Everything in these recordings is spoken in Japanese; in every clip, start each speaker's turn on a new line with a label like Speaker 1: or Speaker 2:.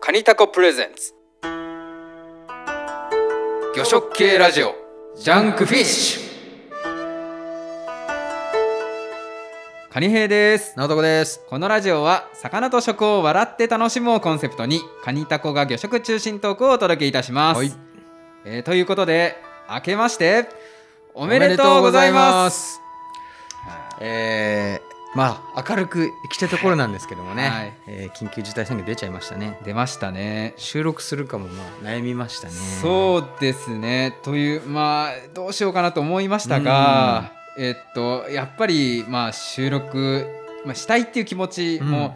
Speaker 1: カニタコプレゼンツ魚食系ラジオジャンクフィッシュカニ兵です
Speaker 2: なおとこです。
Speaker 1: このラジオは魚と食を笑って楽しもうコンセプトにカニタコが魚食中心トークをお届けいたします、
Speaker 2: はい
Speaker 1: えーということで明けましておめでとうございます
Speaker 2: す。えー、まあ明るく生きたところなんですけどもね、
Speaker 1: はい
Speaker 2: えー緊急事態宣言出ちゃいましたね。
Speaker 1: 出ましたね
Speaker 2: 収録するかもまあ悩みましたね。
Speaker 1: そうですねというまあどうしようかなと思いましたが、えっとやっぱりまあ収録、まあ、したいっていう気持ちも、
Speaker 2: うん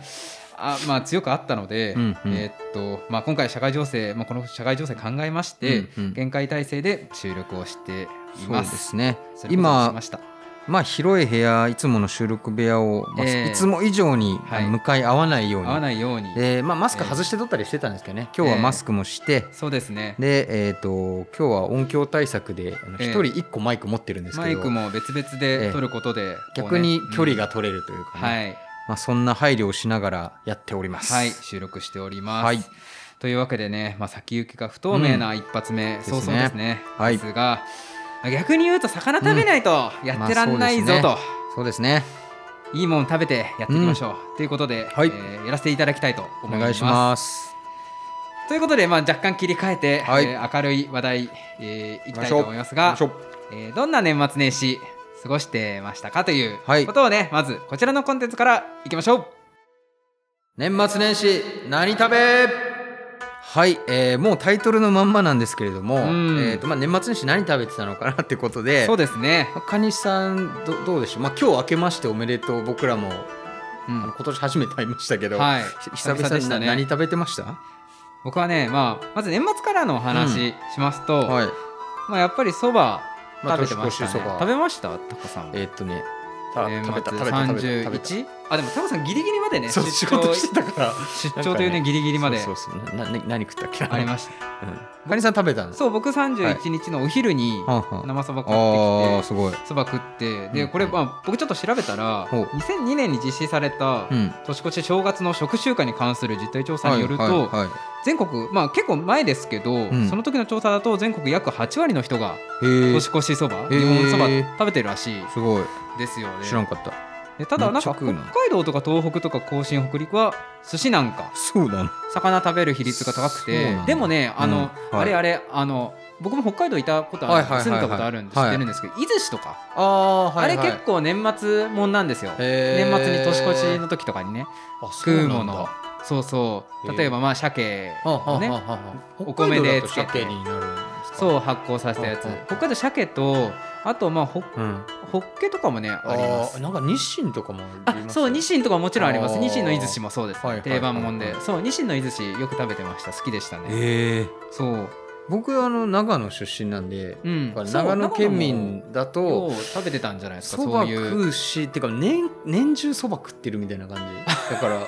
Speaker 1: あまあ、強くあったので、
Speaker 2: うんうん
Speaker 1: えっとまあ、今回社会情勢、まあ、この社会情勢考えまして、
Speaker 2: うんうん
Speaker 1: 限界体制で収録をしてい
Speaker 2: そう
Speaker 1: ま。
Speaker 2: ですすね
Speaker 1: そ。れこそし
Speaker 2: 今
Speaker 1: ました
Speaker 2: まあ広い部屋いつもの収録部屋を、まあ
Speaker 1: えー
Speaker 2: いつも以上に、
Speaker 1: はい
Speaker 2: 向かい合わないよう
Speaker 1: 合
Speaker 2: に。
Speaker 1: わないように、
Speaker 2: でまあマスク外して撮ったりしてたんですけどね。今日はマスクもして。
Speaker 1: そうですね
Speaker 2: でえー、と今日は音響対策であの
Speaker 1: えー
Speaker 2: 一人一個マイク持ってるんですけ
Speaker 1: マ
Speaker 2: ど、
Speaker 1: イクも別々
Speaker 2: え
Speaker 1: で
Speaker 2: え
Speaker 1: 撮ることで、こ
Speaker 2: 逆
Speaker 1: うね
Speaker 2: に距離
Speaker 1: うん
Speaker 2: が取れるというかね、
Speaker 1: はい
Speaker 2: まあ、そんな配慮をしながらやっております。
Speaker 1: はい、収録しております。
Speaker 2: はい
Speaker 1: というわけでね、まあ、先行きが不透明な一発目、
Speaker 2: す
Speaker 1: 早
Speaker 2: ね
Speaker 1: 々ですね。
Speaker 2: はい
Speaker 1: ですが、逆に言うと魚食べないとやってらんないぞと、
Speaker 2: まあそうですね。
Speaker 1: いいもん食べてやっていきましょう、ということで、
Speaker 2: はい
Speaker 1: えーやらせていただきたいと
Speaker 2: お
Speaker 1: 思います。
Speaker 2: 願いします。
Speaker 1: ということで、まあ、若干切り替えて、
Speaker 2: はい
Speaker 1: えー明るい話題、えーいきたいと思いますが、えーどんな年末年始過ごしてましたかという
Speaker 2: はい
Speaker 1: ことをね、まずこちらのコンテンツからいきましょう。
Speaker 2: 年末年始何食べ？はい、えーもうタイトルのまんまなんですけれども、え
Speaker 1: ん
Speaker 2: ーとまあ年末年始何食べてたのかなってことで、
Speaker 1: そうですね。
Speaker 2: まあカニさんどどうでしょう。まあ今日明けましておめでとう。僕らも、
Speaker 1: う
Speaker 2: あの
Speaker 1: ん、
Speaker 2: 今年初めて会いましたけど、
Speaker 1: はい
Speaker 2: ひ久々でしたね。何食べてました？
Speaker 1: 僕はね、まあ、まず年末からのお話しますと、
Speaker 2: はい。
Speaker 1: まあ、やっぱりそば
Speaker 2: まあ
Speaker 1: 食べてましたね、
Speaker 2: 年越しそば
Speaker 1: 食べましたタコさんは
Speaker 2: えーっとね、
Speaker 1: 年末
Speaker 2: 食べた
Speaker 1: 31あでもタコさんギリギリまでね
Speaker 2: そう仕事してたから。
Speaker 1: 出張というねギリギリまで
Speaker 2: そうそうそうなな何食ったっけな
Speaker 1: ありました
Speaker 2: カニさん食べたんです
Speaker 1: そう僕31日のお昼に
Speaker 2: はんはん
Speaker 1: 生そば買
Speaker 2: あ
Speaker 1: っ
Speaker 2: あ
Speaker 1: てき
Speaker 2: すごい
Speaker 1: てそば食って
Speaker 2: うんう
Speaker 1: で
Speaker 2: ん
Speaker 1: これ、まあ、僕ちょっと調べたら
Speaker 2: ほう
Speaker 1: 2002年に実施された
Speaker 2: うん
Speaker 1: 年越し正月の食習慣に関する実態調査によると、
Speaker 2: はいはいはい
Speaker 1: 全国、まあ、結構前ですけど、
Speaker 2: ん
Speaker 1: その時の調査だと全国約8割の人が
Speaker 2: へえ
Speaker 1: 年
Speaker 2: す
Speaker 1: 越しそば、
Speaker 2: えー
Speaker 1: 日本そば食べてるらしい
Speaker 2: ごい
Speaker 1: ですよね。
Speaker 2: 知らんかった
Speaker 1: でただ
Speaker 2: め
Speaker 1: なん
Speaker 2: っちゃ
Speaker 1: か
Speaker 2: 食
Speaker 1: 北
Speaker 2: う
Speaker 1: 海
Speaker 2: な
Speaker 1: 道とか東北とか甲信北陸は寿司なんか
Speaker 2: そうなの
Speaker 1: 魚食べる比率が高く
Speaker 2: そう
Speaker 1: て
Speaker 2: なんだ
Speaker 1: でもねあの、
Speaker 2: うん
Speaker 1: あ
Speaker 2: はい
Speaker 1: れあれあの僕も北海道いたこと
Speaker 2: は
Speaker 1: あ
Speaker 2: い
Speaker 1: る、
Speaker 2: はいはいはい
Speaker 1: 住んだことあるんで知ってるんですけど、伊豆市とか、
Speaker 2: ああ
Speaker 1: あれ結構年末もんなんですよ年
Speaker 2: へー
Speaker 1: 末に年越しの時とかにね
Speaker 2: 構
Speaker 1: 食うものそうそう
Speaker 2: へー
Speaker 1: 例えばまあ鮭をね
Speaker 2: お
Speaker 1: お米でつけて
Speaker 2: になるんですか
Speaker 1: そう発酵させたやつ
Speaker 2: うんうん
Speaker 1: 北海道鮭とあとまあほ
Speaker 2: うん
Speaker 1: ホッケとかもねあります
Speaker 2: ーなんか日清とかもあ
Speaker 1: あ
Speaker 2: ります
Speaker 1: そうニシンとかもちろんありま
Speaker 2: あ
Speaker 1: す
Speaker 2: ー
Speaker 1: ニシンの伊豆市もそうです、ね
Speaker 2: はいはいはい
Speaker 1: 定番もんで、
Speaker 2: はい
Speaker 1: そうニシンの伊豆市よく食べてました好きでしたね、
Speaker 2: へえ
Speaker 1: そう
Speaker 2: 僕あの長野出身なんで
Speaker 1: うんそう
Speaker 2: 長野県民だ
Speaker 1: 長野も
Speaker 2: と
Speaker 1: よう食べてたんじゃないですか
Speaker 2: そ
Speaker 1: そ
Speaker 2: ば
Speaker 1: うい
Speaker 2: 食
Speaker 1: う
Speaker 2: うしってか年年中そば食ってるみたいな感じだから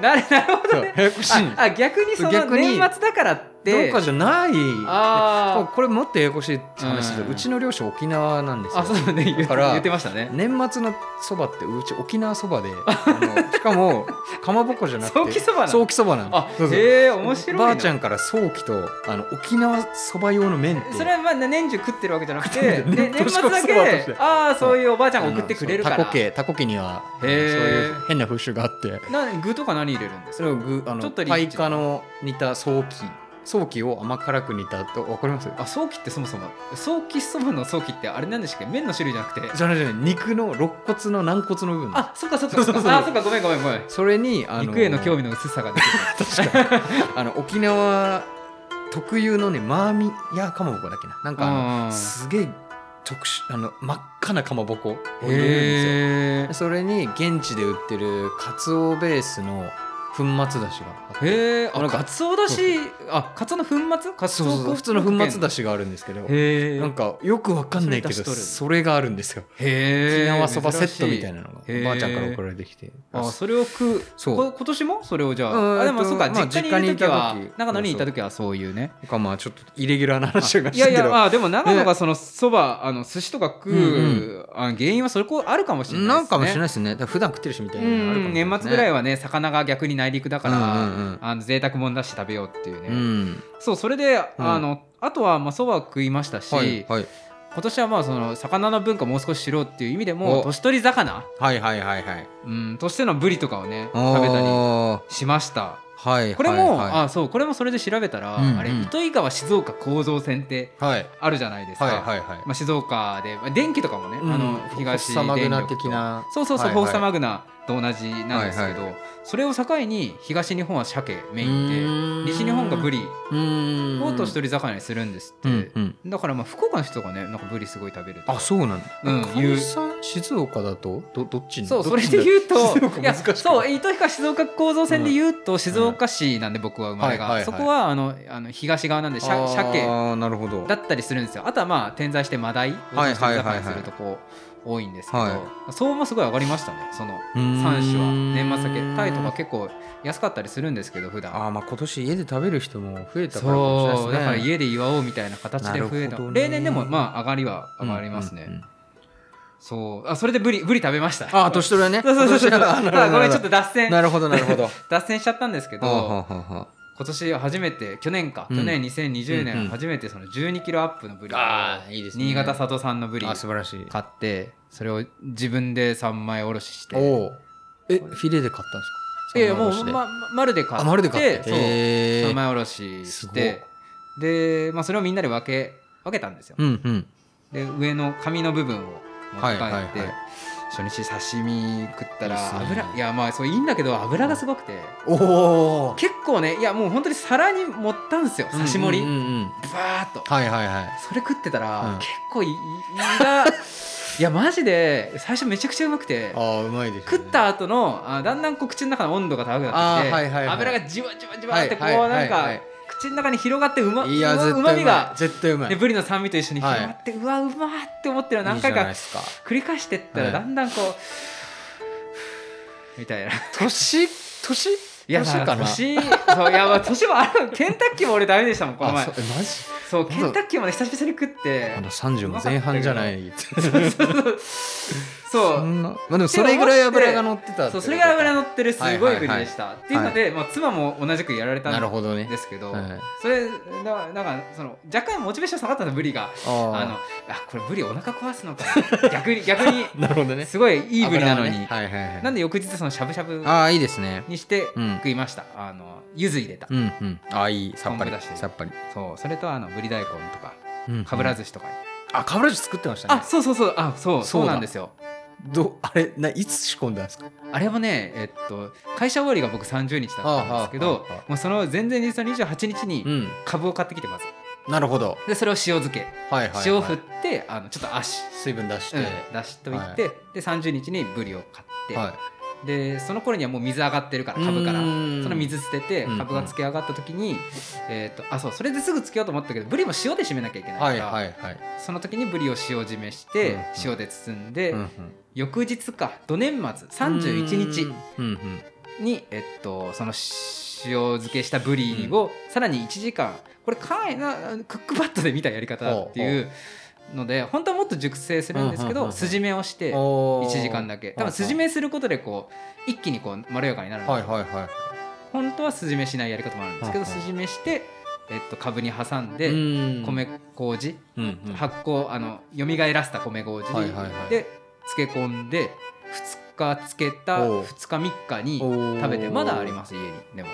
Speaker 1: なるなるほどね
Speaker 2: ややこしい
Speaker 1: ああ逆にその
Speaker 2: 逆に
Speaker 1: 年末だからって
Speaker 2: どっかじゃない
Speaker 1: あー
Speaker 2: これもっとややこしい話すると、
Speaker 1: う
Speaker 2: うんちの両親沖縄なんですよ
Speaker 1: あそうね言
Speaker 2: だ
Speaker 1: っ
Speaker 2: から
Speaker 1: 言ってましたね
Speaker 2: 年末のそばってうち沖縄そばであ のしかもかまぼこじゃなくて
Speaker 1: 早期そばなの
Speaker 2: 早期そばなの
Speaker 1: あ
Speaker 2: そうそう
Speaker 1: へえ面白いな
Speaker 2: ばあちゃんから早期とあの沖縄そば用の麺って
Speaker 1: それはまあ年中食ってるわけじゃなくて、
Speaker 2: 食って
Speaker 1: ね、
Speaker 2: る
Speaker 1: 年末だ
Speaker 2: 年越しそばとし
Speaker 1: け
Speaker 2: て
Speaker 1: ああそういうおばあちゃんが送ってくれるか
Speaker 2: あの
Speaker 1: ら
Speaker 2: そうタコ家タコ家にはあのそう
Speaker 1: へー
Speaker 2: いう変な風習があって
Speaker 1: な具とか何入れるんです
Speaker 2: そ
Speaker 1: か
Speaker 2: れをぐあの
Speaker 1: ちょっとリ
Speaker 2: パ
Speaker 1: ッ
Speaker 2: イ
Speaker 1: チ
Speaker 2: カの煮た早期早期を甘辛く煮たとわかります
Speaker 1: あ早期ってそもそも早期そばの早期ってあれなんでしたっけ麺の種類じゃなくて
Speaker 2: じゃないじゃない肉の肋骨の軟骨の部分
Speaker 1: あそっかそっかそっ
Speaker 2: そうそうそう
Speaker 1: かあそっかごめんごめんごめん
Speaker 2: それにあ
Speaker 1: 肉への興
Speaker 2: 味
Speaker 1: 味の薄さが出て
Speaker 2: 確かにあの沖縄特有のねマーミヤかまぼこだっけななんかあの
Speaker 1: うん
Speaker 2: すげえ特殊あの真っ赤なかまぼこを
Speaker 1: く
Speaker 2: 入
Speaker 1: る
Speaker 2: れるんです
Speaker 1: へ
Speaker 2: よそれに現地で売ってるかつおベースの粉末だしがあって
Speaker 1: えへえ
Speaker 2: な
Speaker 1: あ
Speaker 2: んか
Speaker 1: かつおだしあかつおの粉末かつ
Speaker 2: そ
Speaker 1: お
Speaker 2: うそうそう普通の粉末だ
Speaker 1: し
Speaker 2: しがあるんですけど
Speaker 1: へえ
Speaker 2: なんかよくわかんないけど
Speaker 1: それ出しとる
Speaker 2: それがあるんですよ
Speaker 1: へ
Speaker 2: 沖
Speaker 1: え
Speaker 2: 縄そばセットみたいなのが
Speaker 1: 珍しへー
Speaker 2: ばあちゃんから送られてきて
Speaker 1: あそれを食う
Speaker 2: そう
Speaker 1: こ今年もそれをじゃあ,、
Speaker 2: うん
Speaker 1: あでも
Speaker 2: えっと
Speaker 1: そうか、
Speaker 2: まあ
Speaker 1: 実家にいる時は
Speaker 2: 実家にいた時
Speaker 1: 長野にいた時はそういうね
Speaker 2: なんかまあちょっとイレギュラーな話が
Speaker 1: い
Speaker 2: し
Speaker 1: や
Speaker 2: て
Speaker 1: い
Speaker 2: る
Speaker 1: やまあでも長野がそのそばあの寿司とか食う、
Speaker 2: うん
Speaker 1: あの原因はそれこあるかもしれないですね
Speaker 2: なんかもしれないですねだから普段食ってるしみたいなのあるかもしれ
Speaker 1: うん
Speaker 2: な
Speaker 1: 年末ぐらい
Speaker 2: は
Speaker 1: はね魚が逆に内陸だから、
Speaker 2: うんうんうん
Speaker 1: あの贅沢もんだし食べようっていうね、
Speaker 2: うん
Speaker 1: そうそれで、あのあとはまあそば食いましたし、
Speaker 2: はいはい
Speaker 1: 今年はまあその魚の文化をもう少し知ろうっていう意味でも
Speaker 2: お
Speaker 1: 年取り魚、
Speaker 2: はいはいはいはい
Speaker 1: うん、としてのブリとかをね食べたり
Speaker 2: あ
Speaker 1: しました
Speaker 2: ーはい
Speaker 1: これも、
Speaker 2: はい
Speaker 1: あそうこれもそれで調べたら、
Speaker 2: うんうん
Speaker 1: あれ糸魚川静岡構造線って
Speaker 2: はい
Speaker 1: あるじゃないですか、
Speaker 2: はいはいはい
Speaker 1: まあ、静岡で、まあ、電気とかもね、
Speaker 2: うん
Speaker 1: あの東
Speaker 2: フォッサマグナ
Speaker 1: 電力と
Speaker 2: 的な
Speaker 1: そうそうそう、
Speaker 2: はいはい
Speaker 1: フォッサマグナと同じなんですけど、
Speaker 2: はい
Speaker 1: それを境に東日本は鮭メインで西
Speaker 2: 西
Speaker 1: 日本がブ
Speaker 2: リ
Speaker 1: リを年取り魚にするんですって、
Speaker 2: うんうん
Speaker 1: だからまあ福岡の人がねなんかブリすごい食べるとか
Speaker 2: あそうなんだ
Speaker 1: うん
Speaker 2: かおりさん静岡だとどどっちに
Speaker 1: そう
Speaker 2: ど
Speaker 1: そ
Speaker 2: っ
Speaker 1: れ
Speaker 2: ち
Speaker 1: で
Speaker 2: だ
Speaker 1: 言うと
Speaker 2: 静岡
Speaker 1: い
Speaker 2: 難
Speaker 1: や
Speaker 2: しくない
Speaker 1: そう糸魚川静岡構造線で言うと静岡市なんで僕は生まれ
Speaker 2: はいはいは
Speaker 1: が
Speaker 2: い
Speaker 1: そこはあのあの東側なんで
Speaker 2: あ
Speaker 1: 鮭
Speaker 2: ー
Speaker 1: 鮭
Speaker 2: なるほど
Speaker 1: だったりするんですよあとはまあ点在してマダイを
Speaker 2: はいはいはいはい
Speaker 1: 魚にするとこ多いんですけど、
Speaker 2: は
Speaker 1: そうもすごい上がりましたねその3
Speaker 2: 3
Speaker 1: 種は年末鮭タイとか結構安かったりするんですけど普段
Speaker 2: あーまあ今年家で食べる人も増えたからかもしれないです
Speaker 1: そう
Speaker 2: ね
Speaker 1: だから家で祝おうみたいな形で増え
Speaker 2: なる
Speaker 1: た、
Speaker 2: ほどね
Speaker 1: 例年でもまあ上がりは上がりますね、
Speaker 2: うんうんうん
Speaker 1: そうあそれでブリブリ食べました
Speaker 2: あー年取りは ね
Speaker 1: そうそうそうそ う
Speaker 2: 今年はあなるほど
Speaker 1: あごめんちょっ
Speaker 2: なるほ
Speaker 1: と脱
Speaker 2: ど
Speaker 1: 線
Speaker 2: なるほどなるほど
Speaker 1: 脱線しちゃったんですけど、
Speaker 2: はあはあはあは
Speaker 1: 今年初めて去年か、
Speaker 2: うん
Speaker 1: 去年2020
Speaker 2: うんう
Speaker 1: 年
Speaker 2: ん
Speaker 1: 初めてその1 2キロアップのブリを
Speaker 2: あーいいですね
Speaker 1: 新潟里産のブリ
Speaker 2: あ素晴らしい
Speaker 1: 買ってそれを自分で3枚おろしして
Speaker 2: おおえフィレで買ったんですか
Speaker 1: いやいやもう、
Speaker 2: 三枚おろしで
Speaker 1: ま、丸で買って
Speaker 2: あ丸で買って
Speaker 1: そう
Speaker 2: へー
Speaker 1: 3枚おろしし
Speaker 2: す
Speaker 1: てで、まあ、それをみんなで分け分けたんですよ、
Speaker 2: うんうん
Speaker 1: で上の紙の部分を持って帰って、
Speaker 2: はいはいはい
Speaker 1: 初日刺身食ったら
Speaker 2: いいっすね
Speaker 1: 油いやまあそういいんだけど油がすごくて
Speaker 2: おお
Speaker 1: 結構ねいやもう本当に皿に盛ったんですよ刺し盛り
Speaker 2: う
Speaker 1: バ
Speaker 2: んうんうんうん
Speaker 1: ーっと
Speaker 2: はいはいはい
Speaker 1: それ食ってたら、
Speaker 2: うん
Speaker 1: 結構いい胃がいやマジで最初めちゃくちゃうまくて
Speaker 2: ああうまいですよね
Speaker 1: 食った後のあだんだんこう口の中の温度が高くなってきて、
Speaker 2: あーはいはいはい
Speaker 1: 油がじわじわじわってこう
Speaker 2: はいはい
Speaker 1: なん
Speaker 2: はいは
Speaker 1: か
Speaker 2: い
Speaker 1: 口の中に広がってうま
Speaker 2: いや絶
Speaker 1: う
Speaker 2: 対
Speaker 1: ま
Speaker 2: うま
Speaker 1: み
Speaker 2: い
Speaker 1: が
Speaker 2: 絶対うまい
Speaker 1: でブリの酸味と一緒に
Speaker 2: はい
Speaker 1: 広がって、うわうまーって思ってるの
Speaker 2: い
Speaker 1: 何
Speaker 2: いじゃ
Speaker 1: 回
Speaker 2: ない
Speaker 1: か
Speaker 2: ですか
Speaker 1: 繰り返してった
Speaker 2: は
Speaker 1: ら
Speaker 2: い
Speaker 1: だんだんこう、みたいな。
Speaker 2: 年年
Speaker 1: いや
Speaker 2: 年かな
Speaker 1: 年そういやまあ年はあるケンタッキーも俺ダメでしたもんこの
Speaker 2: あ
Speaker 1: 前
Speaker 2: そう
Speaker 1: そう
Speaker 2: えマジ
Speaker 1: ケンタッキーもね久々に食って
Speaker 2: まだ30も前半じゃない
Speaker 1: そ
Speaker 2: そ
Speaker 1: うん
Speaker 2: なまあでもそれぐらい油が乗ってたってこと
Speaker 1: そうそれが脂乗ってるすごいブリでした、っていうので、まあ、妻も同じくやられた
Speaker 2: なる
Speaker 1: ん
Speaker 2: ほどね
Speaker 1: ですけど
Speaker 2: はい
Speaker 1: それだだからその若干モチベーション下がったのブリがあのあ
Speaker 2: あ
Speaker 1: これブリお腹壊すのかな逆に逆に
Speaker 2: あなるほどね
Speaker 1: すごいいいブリなのに、
Speaker 2: 油はねはいはいはい
Speaker 1: なんで翌日そのしゃぶしゃぶ
Speaker 2: ああいいですね
Speaker 1: にして
Speaker 2: うん
Speaker 1: 食いました、あの柚子入れた、
Speaker 2: うんうんああいいさっぱり
Speaker 1: 昆布だし
Speaker 2: さっぱり
Speaker 1: そうそれとあのぶり大根とか
Speaker 2: うんうん
Speaker 1: かぶら寿司とかに、
Speaker 2: あかぶら寿司作ってました
Speaker 1: あ
Speaker 2: ね
Speaker 1: そうそうそうあそう
Speaker 2: そ
Speaker 1: そうう
Speaker 2: だ
Speaker 1: なんですよ
Speaker 2: どあれないつ仕込んだんですか
Speaker 1: あれはねえっと会社終わりが僕30日だったんですけ
Speaker 2: はあは
Speaker 1: ど
Speaker 2: あはあはあ
Speaker 1: もうその前々日の28日に
Speaker 2: うん
Speaker 1: かぶを買ってきてます
Speaker 2: なるほど
Speaker 1: でそれを塩漬け
Speaker 2: はいはいはい
Speaker 1: 塩を振ってあのちょっと足、
Speaker 2: 水分出して
Speaker 1: うん
Speaker 2: は
Speaker 1: 出しといて、で30日にぶりを買って、
Speaker 2: い
Speaker 1: でその頃にはもう水上がってるから株から
Speaker 2: う
Speaker 1: そ
Speaker 2: ーん
Speaker 1: の水捨てて
Speaker 2: うんうん
Speaker 1: 株がつけ上がった時に、えー、とあそうそれですぐつけようと思ったけどブリも塩で締めなきゃいけないから、
Speaker 2: はいはいはい
Speaker 1: その時にブリを塩締めして、
Speaker 2: うんうん
Speaker 1: 塩で包んで、
Speaker 2: うんうん
Speaker 1: 翌日か土年末31日
Speaker 2: うんうん
Speaker 1: に、えっと、その塩漬けしたブリをさらに1時間これかえなクックパッドで見たやり方っていうので本当はもっと熟成するんですけ
Speaker 2: うんうんうんうん
Speaker 1: ど筋目をして。
Speaker 2: 1
Speaker 1: 1時間だけ多分筋目することでこう一気にこうまろやかになるんで
Speaker 2: はいはいはい
Speaker 1: 本当は筋目しないやり方もあるんですけど
Speaker 2: はいはい
Speaker 1: 筋目して、えっと、株に挟んで
Speaker 2: 米
Speaker 1: 米麹
Speaker 2: は
Speaker 1: 発酵あの蘇らせた米麹
Speaker 2: はいはいはい
Speaker 1: で漬け込んで2日漬けた
Speaker 2: おう
Speaker 1: 2日3日に食べてまだあります家にでも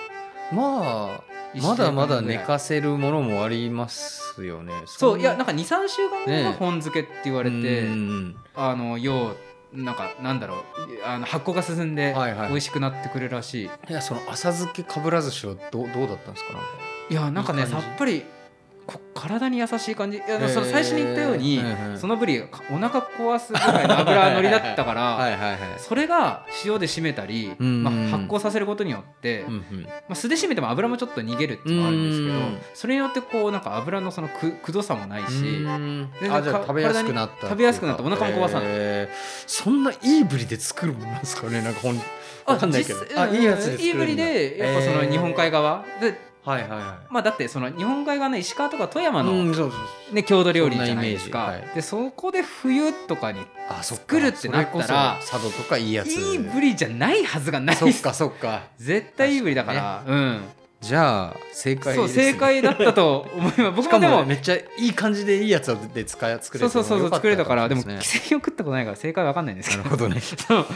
Speaker 2: まあ
Speaker 1: 一週
Speaker 2: まだ
Speaker 1: 間
Speaker 2: まだ
Speaker 1: ぐらい
Speaker 2: 寝かせるものもありますよね
Speaker 1: そういや
Speaker 2: ん
Speaker 1: なんか23週間後
Speaker 2: ね
Speaker 1: が本漬けって言われて、
Speaker 2: うん
Speaker 1: あの要なんかなんだろうあの発酵が進んで
Speaker 2: はいはい
Speaker 1: 美味しくなってくるらしい、い
Speaker 2: いやその浅漬けかぶら寿司はどうどうだったんですかなんか
Speaker 1: やなんかね
Speaker 2: いい
Speaker 1: さ
Speaker 2: 感
Speaker 1: っ
Speaker 2: じ
Speaker 1: ぱりこ体に優しい感じいやでも
Speaker 2: へー
Speaker 1: その最初に言ったように、
Speaker 2: うんうん
Speaker 1: そのブリかお腹壊すぐらいの脂乗りだったから
Speaker 2: はいはいはい。
Speaker 1: それが塩で締めたり、
Speaker 2: うんうん
Speaker 1: まあ、発酵させることによって、
Speaker 2: うんうん
Speaker 1: まあ、素で締めても油もちょっと逃げるっていうのはあるんですけど、
Speaker 2: うん
Speaker 1: それによってこうなんか油のそのくくどさもないし、
Speaker 2: うん
Speaker 1: 全然
Speaker 2: あじゃあ
Speaker 1: か
Speaker 2: 食べやすくなった
Speaker 1: 体に食べやすくなったお腹も壊さない
Speaker 2: いそんないいぶりで作るもんなんですかねなんかほんわかんないけど
Speaker 1: 実際うんいいぶりでやっぱその日本海
Speaker 2: 側
Speaker 1: 側で
Speaker 2: はいはいは
Speaker 1: まあだってその日本海側の石川とか富山
Speaker 2: い
Speaker 1: の、
Speaker 2: うんそうそうそう
Speaker 1: ね、郷土料理じゃないですか
Speaker 2: そんなイメージは
Speaker 1: でそこで冬とかに
Speaker 2: あそっか
Speaker 1: 作るってなったら
Speaker 2: それこそ佐渡とかいいやつ
Speaker 1: いいぶりじゃないはずがない
Speaker 2: そ
Speaker 1: で
Speaker 2: っ
Speaker 1: す
Speaker 2: かそっか
Speaker 1: 絶対いいぶりだから
Speaker 2: じゃあ正
Speaker 1: うん
Speaker 2: 解
Speaker 1: そう
Speaker 2: ですね
Speaker 1: 正解だったと思い ます
Speaker 2: し
Speaker 1: 僕
Speaker 2: か
Speaker 1: もで
Speaker 2: も
Speaker 1: も
Speaker 2: めっちゃいい感じでいいやつで使え作れ
Speaker 1: そう
Speaker 2: て
Speaker 1: そうそうそう作れたからでも
Speaker 2: な
Speaker 1: 奇跡
Speaker 2: る
Speaker 1: を食ったことないから正解わかんないんですけど
Speaker 2: ほ どね
Speaker 1: そう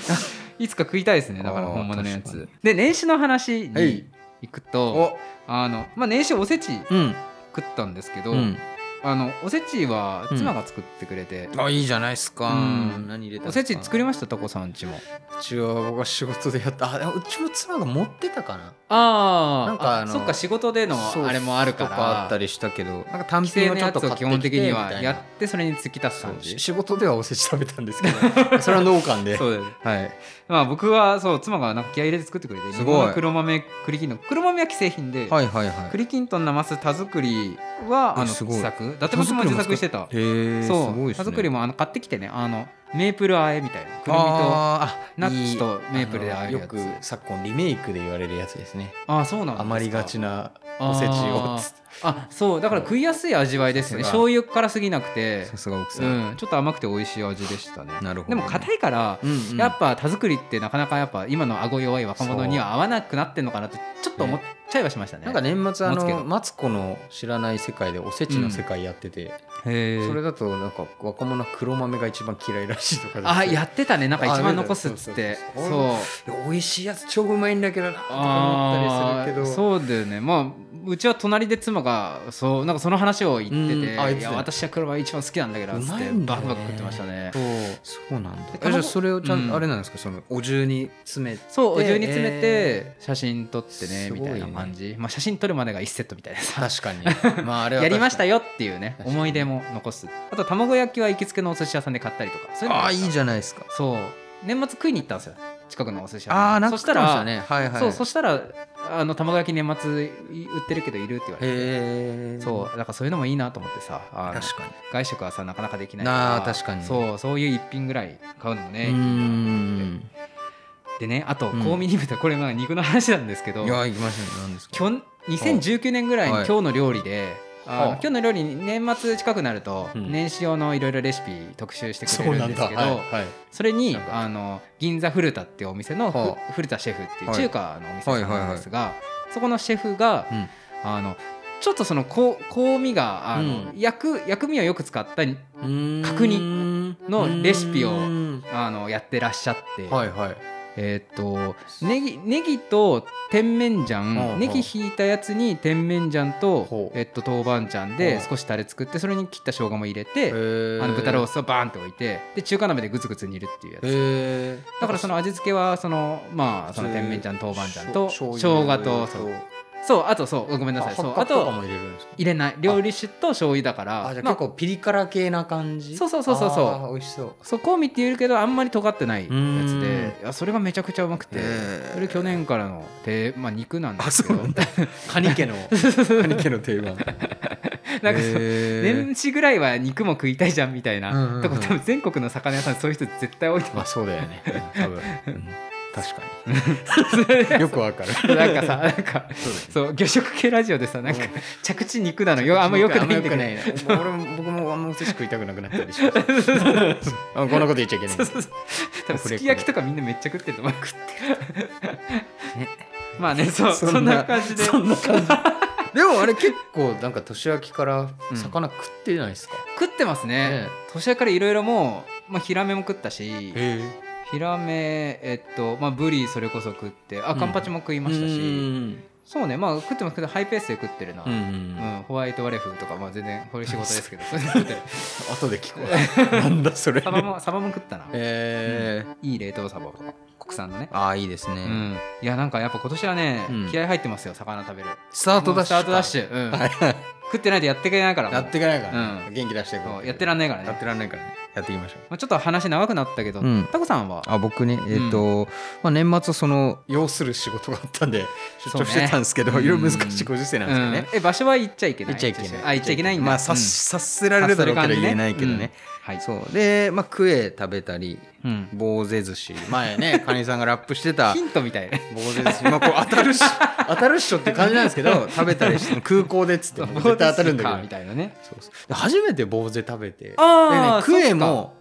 Speaker 1: いつか食いたいですねだから
Speaker 2: あー
Speaker 1: 本物のやつ
Speaker 2: 確
Speaker 1: で年始の話
Speaker 2: はい
Speaker 1: に行くと
Speaker 2: お
Speaker 1: あのまあ年始おせち
Speaker 2: うん
Speaker 1: 食ったんですけど
Speaker 2: うん
Speaker 1: あのおせちは
Speaker 2: うん
Speaker 1: 妻が作ってくれて
Speaker 2: あいいじゃないですか
Speaker 1: うん
Speaker 2: 何入れたん
Speaker 1: お
Speaker 2: です
Speaker 1: せ
Speaker 2: か
Speaker 1: ち作りましたタコさんちも
Speaker 2: うちは僕は仕事でやったあでもうちも妻が持ってたかな
Speaker 1: あ
Speaker 2: なんかあの
Speaker 1: そっか仕事での
Speaker 2: そう
Speaker 1: あれもあるか
Speaker 2: とかあ
Speaker 1: ら
Speaker 2: ったりしたけどなんか単
Speaker 1: 規
Speaker 2: 品
Speaker 1: 制
Speaker 2: を
Speaker 1: の
Speaker 2: ちょ
Speaker 1: や
Speaker 2: っ
Speaker 1: つ
Speaker 2: と買
Speaker 1: を
Speaker 2: ってきて
Speaker 1: 基本的に
Speaker 2: み
Speaker 1: は
Speaker 2: たいな
Speaker 1: やってそれに突き出す
Speaker 2: そう
Speaker 1: 感じ
Speaker 2: 仕事ではおせち食べたんですけ どそれは農家で
Speaker 1: そうです
Speaker 2: はい
Speaker 1: まあ僕はそう妻がなんか気合い入れて作ってくれて
Speaker 2: すごい
Speaker 1: 日本の黒豆栗きんとん黒豆は既製品で、
Speaker 2: はいはいはい
Speaker 1: 栗きんとんなます田作りは
Speaker 2: え
Speaker 1: あの自
Speaker 2: すごい
Speaker 1: 作伊達巻きも自作してた
Speaker 2: へえす
Speaker 1: そう、
Speaker 2: ごいですね
Speaker 1: 田作りもあの買ってきてねあのメープルあえみたいなくるみとあ
Speaker 2: あーあ
Speaker 1: ナッ
Speaker 2: いい
Speaker 1: ツとメープルであえるやつ
Speaker 2: よく昨今リメイクで言われるやつですね
Speaker 1: あそうなんですか
Speaker 2: 余りがちな
Speaker 1: あー
Speaker 2: おせちをつ
Speaker 1: あそうだから食いやすい味わいですよね
Speaker 2: さすが
Speaker 1: 醤油辛すぎなくて
Speaker 2: さすが奥さ、
Speaker 1: うんん、ちょっと甘くて美味しい味でしたね
Speaker 2: なるほ
Speaker 1: で
Speaker 2: どね
Speaker 1: も硬いから、
Speaker 2: うんうん
Speaker 1: やっぱ田作りってなかなかやっぱ今の顎弱い若者には合わなくなってんのかなってちょっと思っちゃいはしましたね
Speaker 2: なんか年末あ
Speaker 1: 持つけ
Speaker 2: の
Speaker 1: ど
Speaker 2: マツコの知らない世界でおせちの世界やってて、
Speaker 1: へー
Speaker 2: それだとなんか若者は黒豆が一番嫌いらしいとか
Speaker 1: あや
Speaker 2: っ
Speaker 1: ってたねなんか一番残すっつって
Speaker 2: あ
Speaker 1: そ
Speaker 2: そう
Speaker 1: う
Speaker 2: そう美味しいやつ超うまいんだけどなとか思った
Speaker 1: あ
Speaker 2: りするけ
Speaker 1: ー
Speaker 2: ど
Speaker 1: そうだよねまあうちは隣で妻がそうなんかその話を言ってて「
Speaker 2: うんあ言っ
Speaker 1: い
Speaker 2: て
Speaker 1: や
Speaker 2: た
Speaker 1: 私は黒が一番好きなんだけど」っつ
Speaker 2: う
Speaker 1: っ
Speaker 2: まい
Speaker 1: て
Speaker 2: んだ
Speaker 1: バ
Speaker 2: よね
Speaker 1: クバク食ってましたね
Speaker 2: そうそうなんだ
Speaker 1: で
Speaker 2: えじゃあそれをちゃん
Speaker 1: う
Speaker 2: と
Speaker 1: ん
Speaker 2: あれなんですかそのお重に詰めて
Speaker 1: そうお
Speaker 2: で
Speaker 1: 重に詰めて
Speaker 2: え
Speaker 1: 写真撮ってね
Speaker 2: すごい
Speaker 1: み
Speaker 2: ね
Speaker 1: たいな感じ、まあ、写真撮るまでが1セットみたいなさ
Speaker 2: 確かに まああれは
Speaker 1: やりました
Speaker 2: よ
Speaker 1: よっていうね
Speaker 2: 確かに
Speaker 1: 思い出も残すあと卵焼きは行きつけのお寿司屋さんで買ったりとかそういうの
Speaker 2: あ
Speaker 1: も
Speaker 2: あいい
Speaker 1: ゃん
Speaker 2: じゃないですか
Speaker 1: そう年末食いに行ったんですよ近くのお寿司屋さん
Speaker 2: ああなん
Speaker 1: そ
Speaker 2: か
Speaker 1: した
Speaker 2: 食って
Speaker 1: ら、
Speaker 2: まねはいはい
Speaker 1: そうそしたらあの卵焼き年末い売ってるけどいるって言われて
Speaker 2: へえ
Speaker 1: そうだからそういうのもいいなと思ってさあの
Speaker 2: 確かに
Speaker 1: 外食はさなかなかできない
Speaker 2: な
Speaker 1: か
Speaker 2: あ
Speaker 1: ら
Speaker 2: 確かに
Speaker 1: そうそういう一品ぐらい買うのもね
Speaker 2: う
Speaker 1: いいな
Speaker 2: ん
Speaker 1: でねあと
Speaker 2: うん
Speaker 1: 香味に豚これまあ肉の話なんですけど
Speaker 2: いや行きましたね何ですか
Speaker 1: きょん2019年ぐらいに
Speaker 2: はい
Speaker 1: 今日の料理で、あの
Speaker 2: はあ
Speaker 1: 今日の料理に年末近くなると
Speaker 2: うん
Speaker 1: 年始用のいろいろレシピ特集してく
Speaker 2: そう
Speaker 1: れるん
Speaker 2: なん
Speaker 1: です
Speaker 2: だ
Speaker 1: けど、
Speaker 2: はいはい
Speaker 1: それに
Speaker 2: なんか
Speaker 1: あの銀座古田っていうお店のふ、
Speaker 2: は
Speaker 1: 古田シェフっていう
Speaker 2: はい
Speaker 1: 中華のお店さん
Speaker 2: はいはい
Speaker 1: な
Speaker 2: は
Speaker 1: ん
Speaker 2: い
Speaker 1: ですが、そこのシェフが、
Speaker 2: うん
Speaker 1: あのちょっとそのこう香味があの、
Speaker 2: う
Speaker 1: 薬薬味をよく使った
Speaker 2: 角煮
Speaker 1: のレシピを
Speaker 2: は
Speaker 1: あのやってらっしゃって、
Speaker 2: いはい
Speaker 1: えーっとネギネギと甜麺
Speaker 2: ほうほ
Speaker 1: 醤
Speaker 2: う
Speaker 1: ネギひいたやつに甜麺醤と
Speaker 2: ほ、う
Speaker 1: えっと、豆板醤
Speaker 2: ほ
Speaker 1: で
Speaker 2: う
Speaker 1: 少しタレ作ってそれに切った生姜も入れて、
Speaker 2: あ
Speaker 1: あの豚ロー
Speaker 2: ス
Speaker 1: スをバーンって置いてで中華鍋でグツグツ煮るっていうやつ、
Speaker 2: へえ
Speaker 1: だからその味付けはそのまあその甜麺醤豆板醤と生姜とそうそうあとそうごめんなさいそうあ
Speaker 2: あとか
Speaker 1: と
Speaker 2: も入れるんですか
Speaker 1: 入れない料理酒と醤油だから
Speaker 2: あじゃあ
Speaker 1: ま
Speaker 2: 結
Speaker 1: あ、
Speaker 2: 構ピリ辛系な感じ
Speaker 1: そうそうそうそうそう
Speaker 2: あー美味しそう
Speaker 1: そう香味って言うけどあんまり尖ってないやつ
Speaker 2: うん
Speaker 1: でいやそれがめちゃくちゃうまくて
Speaker 2: へー
Speaker 1: それ去年からの定、まあ、肉なんですけ
Speaker 2: あ
Speaker 1: ど
Speaker 2: そうなん
Speaker 1: な
Speaker 2: カニ家 のカニ家の定番
Speaker 1: んかそう年始ぐらいは肉も食いたいじゃんみたいな、
Speaker 2: うんうんうん
Speaker 1: とこ多分全国の魚屋さんそういう人絶対多いと思
Speaker 2: ま
Speaker 1: う
Speaker 2: あそうだよ ね多分うん確かによくわかる
Speaker 1: なん かさなんかそう魚食系ラジオでさなんか
Speaker 2: うん
Speaker 1: 着地肉なのよあんまよくないんだけど
Speaker 2: ね 俺も僕もあんまお寿司食いたくなくなったりしましたあこんなこと言っちゃいけない
Speaker 1: そうそうそう多分すき焼きとかみんなめっちゃ食ってると思う食って
Speaker 2: ね
Speaker 1: まあねそうそんな感じで
Speaker 2: そんな感じでもあれ結構なんか年明けから魚食ってないですか、
Speaker 1: 食ってますね
Speaker 2: ね
Speaker 1: 年明けからいろいろもう、まあ、ヒラメも食ったし
Speaker 2: へえ
Speaker 1: ヒラメえっとまあブリそれこそ食ってあカンパチも食いましたし、
Speaker 2: うん
Speaker 1: そうねまあ食ってますけどハイペースで食ってるな、
Speaker 2: う
Speaker 1: うん
Speaker 2: ん
Speaker 1: ホワイトワレフとか、まあ、全然これ仕事ですけ どそういうの食ってる
Speaker 2: 後で聞こう なんだそれ
Speaker 1: サバもサバも食ったな
Speaker 2: えー
Speaker 1: いい冷凍サバとか国産のね
Speaker 2: ああいいですね、
Speaker 1: うん、いやなんかやっぱ今年はね、
Speaker 2: うん
Speaker 1: 気合入ってますよ魚食べる
Speaker 2: スタートダッシュ
Speaker 1: もうスタートダッシュ、うん
Speaker 2: はいはい
Speaker 1: 食ってないとやっていけないからもう
Speaker 2: やっていかないからね、
Speaker 1: うん
Speaker 2: 元気出していこ
Speaker 1: そううやってらんないから
Speaker 2: やっ
Speaker 1: ね
Speaker 2: て、らんないからねやっていきましょう
Speaker 1: まあ、ちょっと話長くなったけど、
Speaker 2: うん
Speaker 1: タコさんは
Speaker 2: あ僕ねえっ、と、まあ、年末その要する仕事があったんで出張してたんですけど、
Speaker 1: そうね
Speaker 2: いろいろ難しいご時世なんですけど
Speaker 1: うん
Speaker 2: ね、
Speaker 1: え場所は行っちゃいけない
Speaker 2: 言っちゃいけない
Speaker 1: あ行っちゃいけないんだ
Speaker 2: まあ察
Speaker 1: うん
Speaker 2: し察せられるだろうけど言えないけどね、、
Speaker 1: 察する感じね
Speaker 2: そうで、まあ、クエ食べたり
Speaker 1: うんはい、
Speaker 2: 坊勢寿司前 ねカニさんがラップしてた
Speaker 1: ヒントみたいな
Speaker 2: 坊勢寿司まあこう当 たるっしょ当たるっしょって感じなんですけど食べたりして空港でっつってもう絶対当たるんだけ
Speaker 1: か
Speaker 2: ど
Speaker 1: みたいなね
Speaker 2: そうそうで初めて坊勢食べて
Speaker 1: あー
Speaker 2: でね、クエも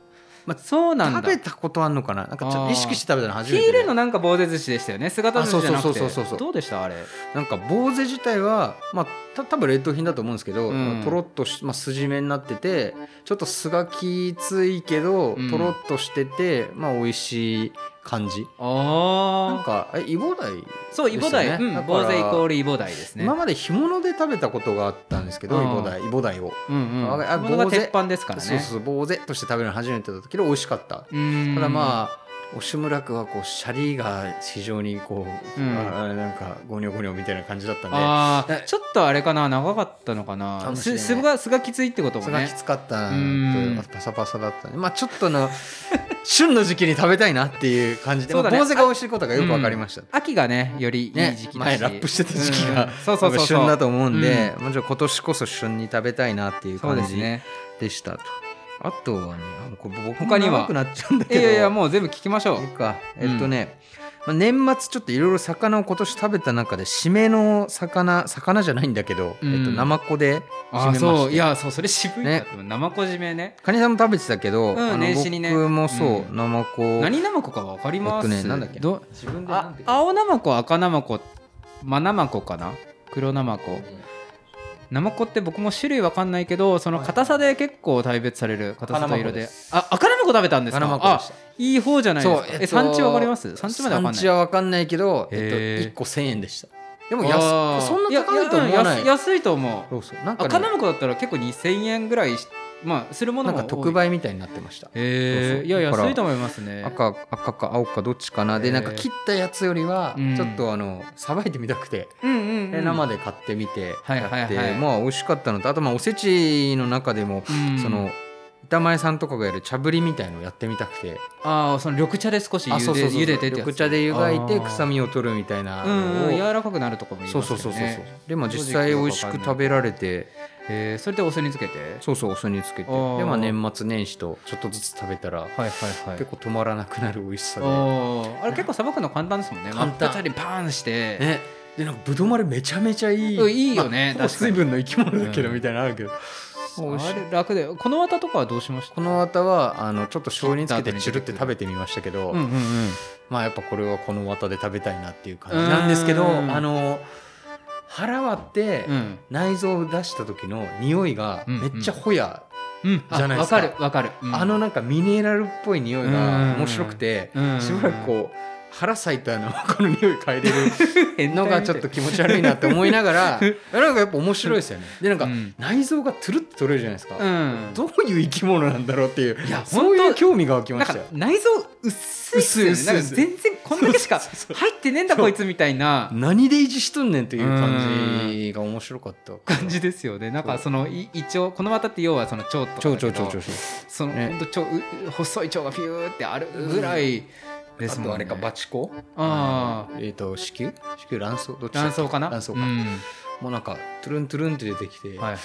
Speaker 1: そうなんだ
Speaker 2: 食べたことあんのかななんかちょっ
Speaker 1: あ
Speaker 2: と
Speaker 1: ー
Speaker 2: 意識して食べたの初
Speaker 1: ヒ
Speaker 2: め
Speaker 1: ー
Speaker 2: てで
Speaker 1: ルのなんか棒手寿司でしたよね姿寿司じゃなくて
Speaker 2: あそうそうそうそうそう
Speaker 1: どうでしたあれ
Speaker 2: なんか坊勢自体はまあた多分冷凍品だと思うんですけど、
Speaker 1: うん
Speaker 2: まあとろっとし、まあ、筋目になっててちょっと酢がきついけど、
Speaker 1: うん
Speaker 2: とろっとしててまあ美味しい感じなん
Speaker 1: ああ
Speaker 2: かえイボダイ
Speaker 1: そうイボダイ、
Speaker 2: ですよね
Speaker 1: う
Speaker 2: だ
Speaker 1: ん、
Speaker 2: から
Speaker 1: 棒手イコールイボダイですね
Speaker 2: 今まで干物で食べたことがあったんですけど、
Speaker 1: うん
Speaker 2: イボダイイボダイを、
Speaker 1: うんうん
Speaker 2: ああ
Speaker 1: ものが
Speaker 2: 棒手
Speaker 1: 鉄板ですからね
Speaker 2: そうそうそう坊勢として食べるの初めてだったけど美味しかった、
Speaker 1: うーん
Speaker 2: ただまあ押村区はこうシャリが非常にこう、
Speaker 1: うん
Speaker 2: ああなんかゴニョゴニョみたいな感じだったんで
Speaker 1: あ
Speaker 2: ね
Speaker 1: ーちょっとあれかな長かったのかな
Speaker 2: かもしれ
Speaker 1: す
Speaker 2: な
Speaker 1: す
Speaker 2: い
Speaker 1: がすがきついってことも
Speaker 2: それが
Speaker 1: ね
Speaker 2: きつかった
Speaker 1: うん
Speaker 2: のとパサパサだったねまあちょっと な旬の時期に食べたいなっていう感じで、
Speaker 1: そうだね
Speaker 2: まあ、坊勢が美味しいことがよく分かりました、
Speaker 1: 秋がねよりいい
Speaker 2: ね
Speaker 1: 時期だし、
Speaker 2: 前ラップしてた時期が、
Speaker 1: うんそうそうそうそう
Speaker 2: 旬だと思うんで、もちろん今年こそ旬に食べたいなっていう
Speaker 1: そう
Speaker 2: 感
Speaker 1: です
Speaker 2: じ
Speaker 1: ね
Speaker 2: でしたとあとはねあこれ僕
Speaker 1: 他には
Speaker 2: 長くなっちゃうんだ
Speaker 1: い
Speaker 2: け
Speaker 1: や
Speaker 2: ど
Speaker 1: いやいやもう全部聞きましょう
Speaker 2: いいかえっとね、まあ、年末ちょっといろいろ魚を今年食べた中で締めの魚魚じゃないんだけど、
Speaker 1: うん
Speaker 2: えっと、ナマコで締
Speaker 1: あ
Speaker 2: めまして
Speaker 1: そういやそうそれ渋いな
Speaker 2: ね
Speaker 1: でも生こ締めね
Speaker 2: カニさんも食べてたけ
Speaker 1: う
Speaker 2: ど、
Speaker 1: ん
Speaker 2: あの
Speaker 1: 年始にね
Speaker 2: 僕もそう、
Speaker 1: うん
Speaker 2: ナマコ
Speaker 1: 何ナマコかわかります、
Speaker 2: えっとねなんだっけ
Speaker 1: ど
Speaker 2: 自分で
Speaker 1: あ
Speaker 2: 何て言う
Speaker 1: 青ナマコ赤ナマコ真ナマコかな黒ナマコナマコって僕も種類わかんないけどその硬さで結構大別される硬さと色
Speaker 2: 赤ナマコで
Speaker 1: ですあ赤ナマコ食べたんです
Speaker 2: か
Speaker 1: か
Speaker 2: ナマコで
Speaker 1: あ
Speaker 2: した
Speaker 1: いい方じゃないですか
Speaker 2: そうえっと
Speaker 1: え産地わかります産地までわかん
Speaker 2: 産
Speaker 1: ない
Speaker 2: 地は分かんないけど、
Speaker 1: へ
Speaker 2: え
Speaker 1: ー
Speaker 2: っと、1個1000円でしたでも
Speaker 1: あー
Speaker 2: 安そんな高いと思わない
Speaker 1: やや安いと思う
Speaker 2: そうそうなんか,、
Speaker 1: 赤
Speaker 2: ね
Speaker 1: ナマコだったら結構2000円ぐらいしまあするもの
Speaker 2: なん
Speaker 1: も
Speaker 2: か特売みたいになってましたそう
Speaker 1: え
Speaker 2: そう
Speaker 1: いや
Speaker 2: だから
Speaker 1: 安いと思いますね
Speaker 2: 赤赤か青かどっちかなで
Speaker 1: へー
Speaker 2: なんか切ったやつよりは
Speaker 1: うん
Speaker 2: ちょっとあのさばいてみたくて、
Speaker 1: うんうん、う
Speaker 2: で
Speaker 1: ん、
Speaker 2: 生で買ってみて
Speaker 1: はいはい
Speaker 2: やって、
Speaker 1: はい
Speaker 2: まあ美味しかったのとあとまあおせちの中でも、
Speaker 1: うん
Speaker 2: その板前さんとかがやる茶ぶりみたいのをやってみたくて
Speaker 1: ああその緑茶で少し茹で
Speaker 2: そうそうそう
Speaker 1: 茹でてってやつ
Speaker 2: 緑茶で湯がいて
Speaker 1: あー
Speaker 2: 臭みを取るみたいな
Speaker 1: うん
Speaker 2: の
Speaker 1: うん、
Speaker 2: を
Speaker 1: 柔らかくなるとかも言い
Speaker 2: そう
Speaker 1: ます
Speaker 2: そ
Speaker 1: よ
Speaker 2: う
Speaker 1: ね
Speaker 2: そうそうそうでまあ実際美味しく食べられて
Speaker 1: えーそれでお酢につけて
Speaker 2: そうそうお酢につけてで
Speaker 1: あー
Speaker 2: まあ年末年始とちょっとずつ食べたら
Speaker 1: はいはい
Speaker 2: 結構止まらなくなる美味しさで
Speaker 1: おーあれ結構さばくの簡単ですもんね
Speaker 2: 簡
Speaker 1: 真
Speaker 2: 単
Speaker 1: っ二つにパーンして、
Speaker 2: ね、でなんかぶどまれめちゃめちゃいい、
Speaker 1: うんいいよね
Speaker 2: まあ
Speaker 1: 確かに
Speaker 2: 水分の生き物だけど
Speaker 1: うん
Speaker 2: みたいなのあるけど、美味しい
Speaker 1: あれ楽でこの綿とかはどうしました
Speaker 2: この綿はあのちょっと醤油につけてチュルって食べてみましたけど、
Speaker 1: うんうんうん
Speaker 2: まあやっぱこれはこの綿で食べたいなっていう感じなんですけど
Speaker 1: うん
Speaker 2: あの腹割って
Speaker 1: うん
Speaker 2: 内臓を出した時の匂いが
Speaker 1: うん
Speaker 2: めっちゃホヤ、
Speaker 1: うんあ
Speaker 2: じゃないですか
Speaker 1: わかるわかる、うん
Speaker 2: あのなんかミネラルっぽい匂いが
Speaker 1: うん
Speaker 2: 面白くて、
Speaker 1: うん
Speaker 2: しばらくこう腹咲いたのこの匂い嗅いでるのがちょっと気持ち悪いなって思いなが らなんかやっぱ面白いですよねでなんか
Speaker 1: うん
Speaker 2: 内臓がトゥルッと取れるじゃないですか、
Speaker 1: うん
Speaker 2: どういう生き物なんだろうっていう
Speaker 1: いや
Speaker 2: そうい
Speaker 1: 本
Speaker 2: う
Speaker 1: 当
Speaker 2: 興味が湧きま
Speaker 1: なん
Speaker 2: し
Speaker 1: か
Speaker 2: たよ
Speaker 1: 内臓薄いっすよね
Speaker 2: 薄い薄い薄
Speaker 1: な
Speaker 2: い
Speaker 1: んか全然こんだけしか
Speaker 2: そうそうそう
Speaker 1: 入ってねえんだ
Speaker 2: そう
Speaker 1: こいつみたいな
Speaker 2: 何で維持しとんねんという感じが面白かった
Speaker 1: 感じですよねなんかそのい胃腸この綿って要はその腸とかだけ
Speaker 2: 超
Speaker 1: ど
Speaker 2: 超超超超
Speaker 1: その、
Speaker 2: ね
Speaker 1: ほんと腸う細い腸がピューってあるぐらいで
Speaker 2: あ
Speaker 1: すもん、ね、
Speaker 2: とあれかバチコ
Speaker 1: あー
Speaker 2: のえっ、と子宮子宮卵巣どっちだ
Speaker 1: 卵
Speaker 2: っけ
Speaker 1: 巣かな
Speaker 2: 卵巣か、
Speaker 1: うん
Speaker 2: もうなんかトゥルントゥルンって出てきて、
Speaker 1: はいはい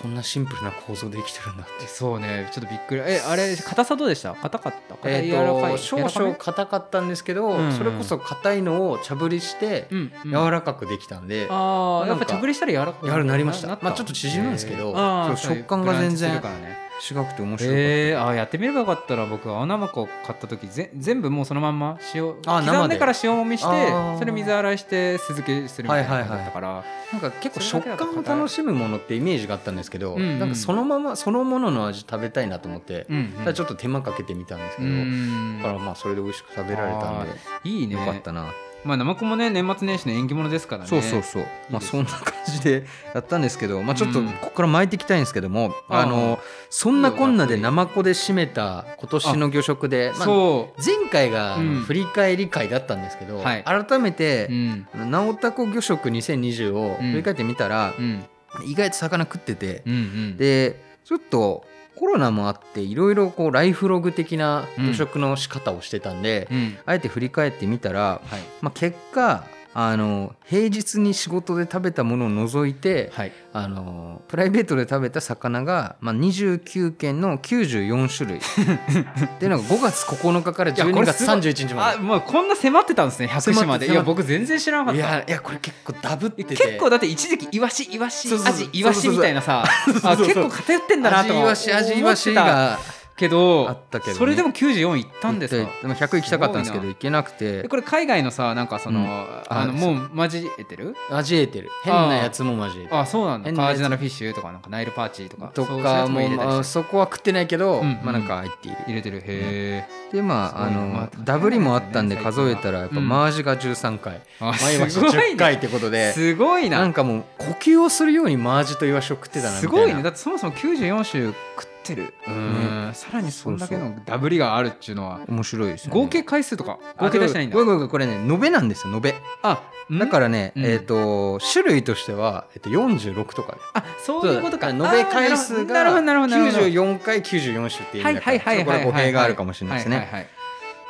Speaker 2: こんなシンプルな構造で生きてるんだって
Speaker 1: そうねちょっとびっくりえあれ硬さどうでした硬かった硬い
Speaker 2: え
Speaker 1: 柔ら
Speaker 2: ー
Speaker 1: か
Speaker 2: と
Speaker 1: い
Speaker 2: 少
Speaker 1: 柔らかめ
Speaker 2: 々硬かったんですけど、
Speaker 1: うんうん
Speaker 2: それこそ硬いのを茶ぶりして
Speaker 1: うん、うん、
Speaker 2: 柔らかくできたんで、
Speaker 1: ああやっ
Speaker 2: な
Speaker 1: ぱ
Speaker 2: んか
Speaker 1: 着ぶりしたら柔らかく
Speaker 2: やるなりました
Speaker 1: なった
Speaker 2: まあちょっと縮むんですけど
Speaker 1: へーあー
Speaker 2: そう食感が全
Speaker 1: ブランチする
Speaker 2: 然
Speaker 1: からね
Speaker 2: 違くて面白かった、
Speaker 1: えー、あーやってみればよかったら僕青生子買った時ぜ全部もうそのまんま塩
Speaker 2: あー
Speaker 1: 刻ん
Speaker 2: 生
Speaker 1: で
Speaker 2: で
Speaker 1: から塩もみして
Speaker 2: あー
Speaker 1: それ水洗いして酢漬けするみたいな感じだったから、
Speaker 2: なんか結構食感を楽しむものってイメージがあったんですけど、
Speaker 1: うんうん
Speaker 2: なんかそのままそのものの味食べたいなと思って、
Speaker 1: うん
Speaker 2: ただちょっと手間かけてみたんですけ
Speaker 1: う
Speaker 2: ど、
Speaker 1: ん
Speaker 2: だからまあそれで美味しく食べられたんで、
Speaker 1: いいね
Speaker 2: よかったな、
Speaker 1: まあ生子もね年末年始の縁起物ですからね
Speaker 2: そうそうそう、まあそんな感じでやったんですけど、まあ、ちょっと
Speaker 1: うん
Speaker 2: ここから巻いていきたいんですけども、
Speaker 1: あー
Speaker 2: あのそんなこんなでナマコで締めた今年の魚食で、まあ、
Speaker 1: そう
Speaker 2: 前回があ
Speaker 1: うん
Speaker 2: の振り返り会だったんですけど、
Speaker 1: はい
Speaker 2: 改めて
Speaker 1: うん
Speaker 2: 「なおたこ魚食2020」を振り返ってみたら、
Speaker 1: うん
Speaker 2: 意外と魚食ってて、
Speaker 1: うんうん、
Speaker 2: でちょっとコロナもあっていろいろこうライフログ的な捕食の仕方をしてたんで、
Speaker 1: うん
Speaker 2: あえて振り返ってみたら、
Speaker 1: はい
Speaker 2: まあ、結果あの平日に仕事で食べたものを除いて、
Speaker 1: はい
Speaker 2: あのプライベートで食べた魚が、まあ、29件の94 種類っていうのが5月9日から
Speaker 1: いやこ
Speaker 2: 12
Speaker 1: れ
Speaker 2: 月
Speaker 1: すごい
Speaker 2: 31日ま
Speaker 1: あ
Speaker 2: で
Speaker 1: もうこんな迫ってたんですね
Speaker 2: 迫って
Speaker 1: 100島でい
Speaker 2: 迫
Speaker 1: や
Speaker 2: って
Speaker 1: 僕全然知らなかっ
Speaker 2: い
Speaker 1: た
Speaker 2: やいやこれ結構ダブってて
Speaker 1: 結構だって一時期イワシイワシ
Speaker 2: そうそう
Speaker 1: ア
Speaker 2: そう
Speaker 1: ジイワシみたいなさあ
Speaker 2: そうそう
Speaker 1: 結
Speaker 2: そう
Speaker 1: 構偏ってんだなと
Speaker 2: 味
Speaker 1: 思
Speaker 2: わ
Speaker 1: っ
Speaker 2: し味わして
Speaker 1: た
Speaker 2: が
Speaker 1: けど
Speaker 2: あったけどね
Speaker 1: それでも94いったんです
Speaker 2: で
Speaker 1: か
Speaker 2: も100行きたかったんですけど
Speaker 1: すごい
Speaker 2: 行けなくて
Speaker 1: えこれ海外のさなんかその,、
Speaker 2: うん
Speaker 1: あの
Speaker 2: そ
Speaker 1: もう交えてる
Speaker 2: 交えてる変なやつも交えてる
Speaker 1: あそうなんだ
Speaker 2: 変なやつ
Speaker 1: カージナルフィッシュとかなんかナイルパーチーとか
Speaker 2: と
Speaker 1: そういうや
Speaker 2: か
Speaker 1: つも入
Speaker 2: も
Speaker 1: れたり
Speaker 2: まあ
Speaker 1: して
Speaker 2: そこは食ってないけど
Speaker 1: うんうん
Speaker 2: まあなんか入っている
Speaker 1: 入れてるへ
Speaker 2: でまああ
Speaker 1: すごいま
Speaker 2: の
Speaker 1: あ
Speaker 2: ダブりもあったんで
Speaker 1: 最近
Speaker 2: 数
Speaker 1: は
Speaker 2: えたらやっぱ
Speaker 1: うん
Speaker 2: マージが13回
Speaker 1: えあ
Speaker 2: マイワシ
Speaker 1: すごい
Speaker 2: 10回
Speaker 1: ね
Speaker 2: ってことです
Speaker 1: ごい
Speaker 2: なん
Speaker 1: な
Speaker 2: かもう呼吸をするようにマージとイワシを食ってたなみたいな
Speaker 1: すごいねだってそもそも94種食ってる
Speaker 2: ん
Speaker 1: うんさらにそんだけのダブりがあるっていうのは
Speaker 2: 面白いですよね
Speaker 1: 合計回数とか合計出してないんだ
Speaker 2: あごめごめこれね延べなんですよ延べ
Speaker 1: あ
Speaker 2: だからね
Speaker 1: うん
Speaker 2: えっと種類としてはえっと46とかで
Speaker 1: あそういうことか
Speaker 2: 延
Speaker 1: 延
Speaker 2: べ回数が
Speaker 1: なるほどなるほどなるほど
Speaker 2: 94回94種っていう意味だか
Speaker 1: はいはい
Speaker 2: らちょ
Speaker 1: は
Speaker 2: っと
Speaker 1: い
Speaker 2: こ
Speaker 1: はい
Speaker 2: れ語弊があるかもしれないです
Speaker 1: は
Speaker 2: ね
Speaker 1: はいはい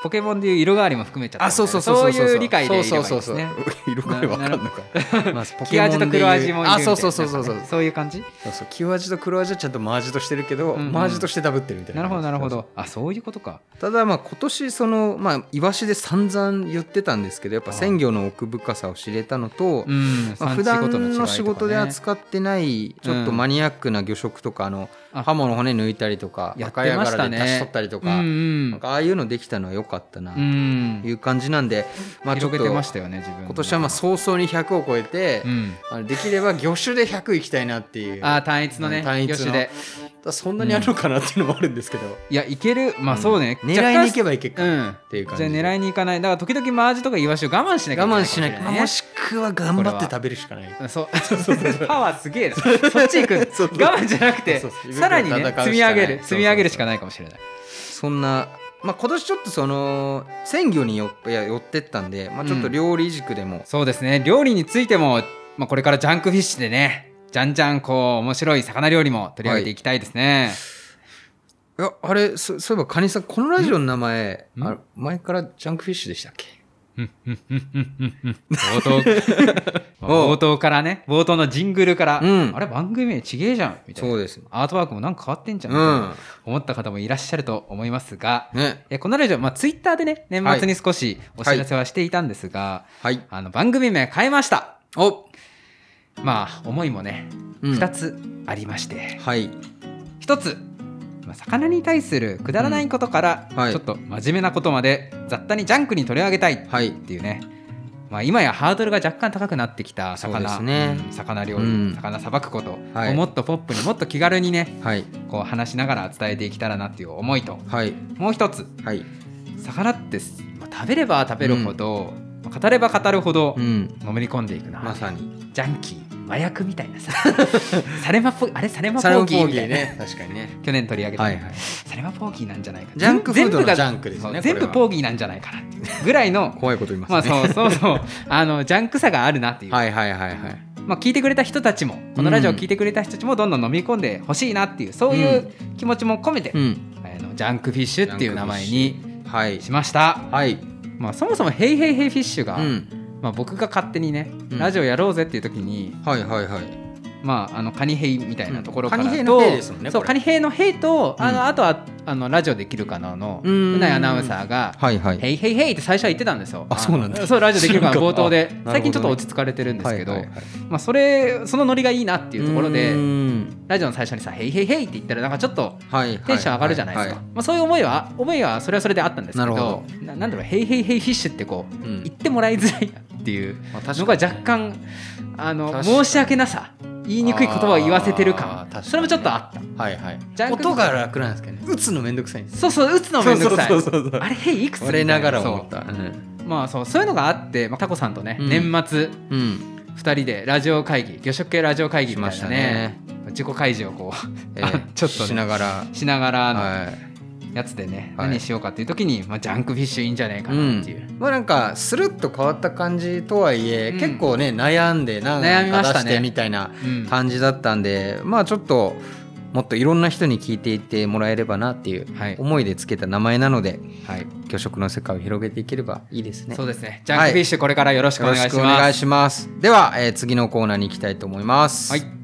Speaker 1: ポケモンでいう色変わりも含めちゃったみたい
Speaker 2: あ
Speaker 1: な
Speaker 2: そうそうそう
Speaker 1: そういう理解でいればいい
Speaker 2: そう
Speaker 1: で
Speaker 2: そ
Speaker 1: す
Speaker 2: うそう
Speaker 1: ね
Speaker 2: そう色がわかんのかまあポ
Speaker 1: 黄味と黒味もいるみたいな
Speaker 2: あそうそうそうそうそう
Speaker 1: そういう感じ
Speaker 2: そうそう黄味と黒味はちゃんとマージとしてるけど、
Speaker 1: うんうん
Speaker 2: マージとしてダブってるみたいな
Speaker 1: なるほどなるほどあそういうことか
Speaker 2: ただまあ今年そのまあイワシで散々言ってたんですけどやっぱ鮮魚の奥深さを知れたのと、
Speaker 1: うん
Speaker 2: まあ、
Speaker 1: 産
Speaker 2: 普
Speaker 1: 地ごと違
Speaker 2: 段
Speaker 1: いとか
Speaker 2: の
Speaker 1: ね
Speaker 2: 仕事で扱ってないちょっとマニアックな魚食とか、あの
Speaker 1: あ
Speaker 2: ハモの骨抜いたりと
Speaker 1: や
Speaker 2: か
Speaker 1: って
Speaker 2: 赤ヤガ
Speaker 1: ました
Speaker 2: ラ
Speaker 1: ね
Speaker 2: で出し取ったりと
Speaker 1: う
Speaker 2: か,、なん
Speaker 1: ん
Speaker 2: かああいうのできたのは良かったな
Speaker 1: う
Speaker 2: と
Speaker 1: ん
Speaker 2: いう感じなんで、まあちょっ
Speaker 1: 広げ
Speaker 2: と
Speaker 1: て
Speaker 2: 今
Speaker 1: ましたよね自分の
Speaker 2: 年はまあ早々に100を超えて、
Speaker 1: うん
Speaker 2: あのできれば魚種で100いきたいなっていう
Speaker 1: あ単一のね
Speaker 2: 単一の
Speaker 1: よしで
Speaker 2: ただそんなにあるのかなっていうのもあるんですけど、
Speaker 1: いやいけるまあそうね
Speaker 2: うん狙いに行け
Speaker 1: ば
Speaker 2: ばいけっか
Speaker 1: う
Speaker 2: っ
Speaker 1: ん
Speaker 2: ていう感
Speaker 1: じ
Speaker 2: じ
Speaker 1: ゃあ狙いに行かないだから時々マージとかイワシを我慢しなきゃ
Speaker 2: 我慢しなきゃ
Speaker 1: いけ
Speaker 2: もしくは頑張って食べるしかない
Speaker 1: そう パワーすげえなそっち行くんだ
Speaker 2: そう
Speaker 1: 我慢じゃなくて
Speaker 2: そうそう
Speaker 1: さらに
Speaker 2: 戦うし
Speaker 1: ね
Speaker 2: かない
Speaker 1: 積み上げ
Speaker 2: そうそう
Speaker 1: る
Speaker 2: そう
Speaker 1: 積み上げるしかないかもしれない
Speaker 2: そんな、まあ、今年ちょっとその鮮魚によっいや寄ってったんで、まあ、ちょっと料理軸でも、
Speaker 1: そうですね料理についても、まあ、これからジャンクフィッシュでねじゃんじゃんこう面白い魚料理も取り上げていきたいですね、
Speaker 2: いやあれそそういえばカニさんこのラジオの名前
Speaker 1: ん
Speaker 2: あれ前からジャンクフィッシュでしたっけ
Speaker 1: 冒頭
Speaker 2: おう
Speaker 1: 冒頭からね冒頭のジングルから、
Speaker 2: うん
Speaker 1: あれ番組名ちげえじゃんみたい
Speaker 2: そ
Speaker 1: な
Speaker 2: うです
Speaker 1: アートワークもなんか変わってんじゃん、
Speaker 2: う
Speaker 1: みたい
Speaker 2: ん
Speaker 1: な思った方もいらっしゃると思いますが
Speaker 2: ね
Speaker 1: えこのラジオ、まあ、ツイッターでね年末に少しお知らせはしていたんですが、
Speaker 2: はい
Speaker 1: あの番組名変えました
Speaker 2: お、
Speaker 1: まあ思いもね
Speaker 2: うん
Speaker 1: 2つありまして、
Speaker 2: はい
Speaker 1: 1つ、まあ、魚に対するくだらないことから、
Speaker 2: うんはい
Speaker 1: ちょっと真面目なことまで雑多にジャンクに取り上げたいっ
Speaker 2: はい
Speaker 1: ていうね、まあ、今やハードルが若干高くなってきた
Speaker 2: そうで
Speaker 1: 魚
Speaker 2: すね
Speaker 1: うん魚料理、
Speaker 2: うん
Speaker 1: 魚さばくことを
Speaker 2: はい
Speaker 1: もっとポップにもっと気軽にね
Speaker 2: はい
Speaker 1: こう話しながら伝えていけたらなっていう思いと
Speaker 2: はい
Speaker 1: もう一つ
Speaker 2: はい
Speaker 1: 魚ってす、まあ食べれば食べるほど、まあ語れば語るほど、
Speaker 2: うん
Speaker 1: のめり込んでいくな、
Speaker 2: まさに
Speaker 1: ジャンキー麻薬みたい なさサレマポあれサレマポ
Speaker 2: サラ
Speaker 1: ー
Speaker 2: ン
Speaker 1: キ
Speaker 2: ポ
Speaker 1: ー
Speaker 2: ー
Speaker 1: み
Speaker 2: ギ
Speaker 1: たい
Speaker 2: ー
Speaker 1: な、
Speaker 2: ね確かにね
Speaker 1: 去年取り上げた、
Speaker 2: はいはい
Speaker 1: サレマポーギーなんじゃないかな
Speaker 2: ジャンクフードの
Speaker 1: 全部が
Speaker 2: ジャンクですね
Speaker 1: そう
Speaker 2: これ
Speaker 1: 全
Speaker 2: は
Speaker 1: 部ポーギーなんじゃないかなっていうぐらい の
Speaker 2: 怖いこと言いますね
Speaker 1: まあそうそうそうあのジャンクさがあるなっていう、
Speaker 2: はいはいはいはい
Speaker 1: まあ、聞いてくれた人たちもこのラジオを聞いてくれた人たちもどんどん飲み込んでほしいなっていうそういう気持ちも込めて、
Speaker 2: ん
Speaker 1: あのジャンクフィッシュっていう名前に
Speaker 2: はい
Speaker 1: しました、
Speaker 2: はい
Speaker 1: まあ、そもそも「ヘイヘイヘイフィッシュが」
Speaker 2: うん
Speaker 1: まあ、僕が勝手にね、
Speaker 2: うん
Speaker 1: ラジオやろうぜっていう時に
Speaker 2: はいはいはい
Speaker 1: まあ、あのカニヘイみたいなところからと、
Speaker 2: うんカニヘイのヘイですもんね
Speaker 1: そう
Speaker 2: これ
Speaker 1: カニヘイのヘイとあの、
Speaker 2: うん
Speaker 1: あとはあのラジオできるかなの
Speaker 2: うーん
Speaker 1: うないアナウンサーが
Speaker 2: はいは
Speaker 1: 「ヘイヘイヘイ」って最初は言ってたんですよ
Speaker 2: あそうなんだ
Speaker 1: のそうラジオできるかな
Speaker 2: 知らんか
Speaker 1: 冒
Speaker 2: った
Speaker 1: 頭で
Speaker 2: あなるほどね
Speaker 1: 最近ちょっと落ち着かれてるんですけど、
Speaker 2: はいはいはい
Speaker 1: まあ、それそのノリがいいなっていうところ
Speaker 2: う
Speaker 1: で
Speaker 2: ん
Speaker 1: ラジオの最初にさ「ヘイヘイヘイ」って言ったらなんかちょっと
Speaker 2: はいはいはい
Speaker 1: テンション上がるじゃないですか、
Speaker 2: は
Speaker 1: まあ、そういう思いは思いはそれはそれであったんですけど
Speaker 2: なるほ
Speaker 1: ななんだろう「ヘイヘイヘイフィッシュ」ってこう
Speaker 2: うん
Speaker 1: 言ってもらいづらいなっていう
Speaker 2: ま
Speaker 1: の
Speaker 2: あ確
Speaker 1: が
Speaker 2: かに
Speaker 1: 若干あの
Speaker 2: 確かに
Speaker 1: 申し訳なさ言いにくい言葉を言わせてる
Speaker 2: あー
Speaker 1: 感
Speaker 2: 確かにね
Speaker 1: それもちょっとあった
Speaker 2: はいはい
Speaker 1: ジャンク
Speaker 2: 音が楽なんですけどね打つのめんどくさいんです
Speaker 1: そうそう打つのめんどくさい
Speaker 2: そうそうそうそう
Speaker 1: あれへいいくつみた
Speaker 2: 我
Speaker 1: いな
Speaker 2: ながら
Speaker 1: そう
Speaker 2: 思ったうん
Speaker 1: まあそうそういうのがあって、まあ、タコさんとね、
Speaker 2: うん
Speaker 1: 年末
Speaker 2: うん
Speaker 1: 2人でラジオ会議魚食系ラジオ会議みたい
Speaker 2: し
Speaker 1: な
Speaker 2: ました
Speaker 1: ね
Speaker 2: ね
Speaker 1: 自己開示をこう
Speaker 2: えー
Speaker 1: あちょっとね
Speaker 2: しながら
Speaker 1: しながらの、
Speaker 2: はい
Speaker 1: やつでね、
Speaker 2: はい
Speaker 1: 何しようかっていう時に、まあ、ジャンクフィッシュいいんじゃねえかなっていう、
Speaker 2: まあなんかスルッと変わった感じとはいえ、
Speaker 1: うん
Speaker 2: 結構ね悩んでなん
Speaker 1: 悩み
Speaker 2: か
Speaker 1: まし
Speaker 2: 出
Speaker 1: たね
Speaker 2: してみたいな
Speaker 1: うん
Speaker 2: 感じだったんで、まあちょっともっといろんな人に聞いていってもらえればなっていう
Speaker 1: はい
Speaker 2: 思いでつけた名前なので、
Speaker 1: はい
Speaker 2: 魚食の世界を広げていければいいですね。
Speaker 1: そう
Speaker 2: よ
Speaker 1: ですねジャンクフィッシュこれからよろしくお
Speaker 2: ろ
Speaker 1: 願いし
Speaker 2: し
Speaker 1: ます,、
Speaker 2: くお願いします。では、えー次のコーナーに行きたいと思います。
Speaker 1: はい